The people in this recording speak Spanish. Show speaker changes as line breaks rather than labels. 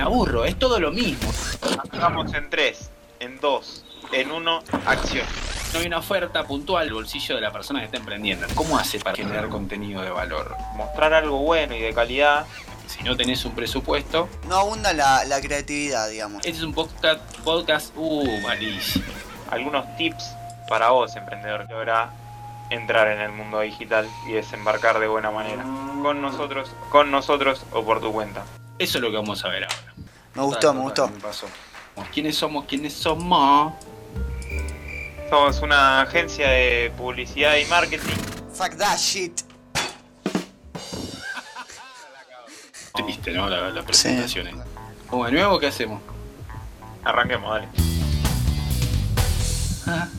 aburro, es todo lo mismo.
Vamos en 3, en 2, en 1, acción.
No hay una oferta puntual al bolsillo de la persona que está emprendiendo. ¿Cómo hace para generar contenido de valor?
Mostrar algo bueno y de calidad.
Si no tenés un presupuesto,
No abunda la, la creatividad, digamos.
este es un podcast, podcast uh, malísimo.
Algunos tips para vos, emprendedor, que lográ entrar en el mundo digital y desembarcar de buena manera. Con nosotros, con nosotros o por tu cuenta.
Eso es lo que vamos a ver ahora.
Me gustó, me gustó.
¿Quiénes somos? ¿Quiénes somos?
Somos una agencia de publicidad y marketing.
Fuck that shit.
Triste, ¿no? La, la presentación. eh. Bueno, ¿y luego qué hacemos?
Arranquemos, dale.
Ah,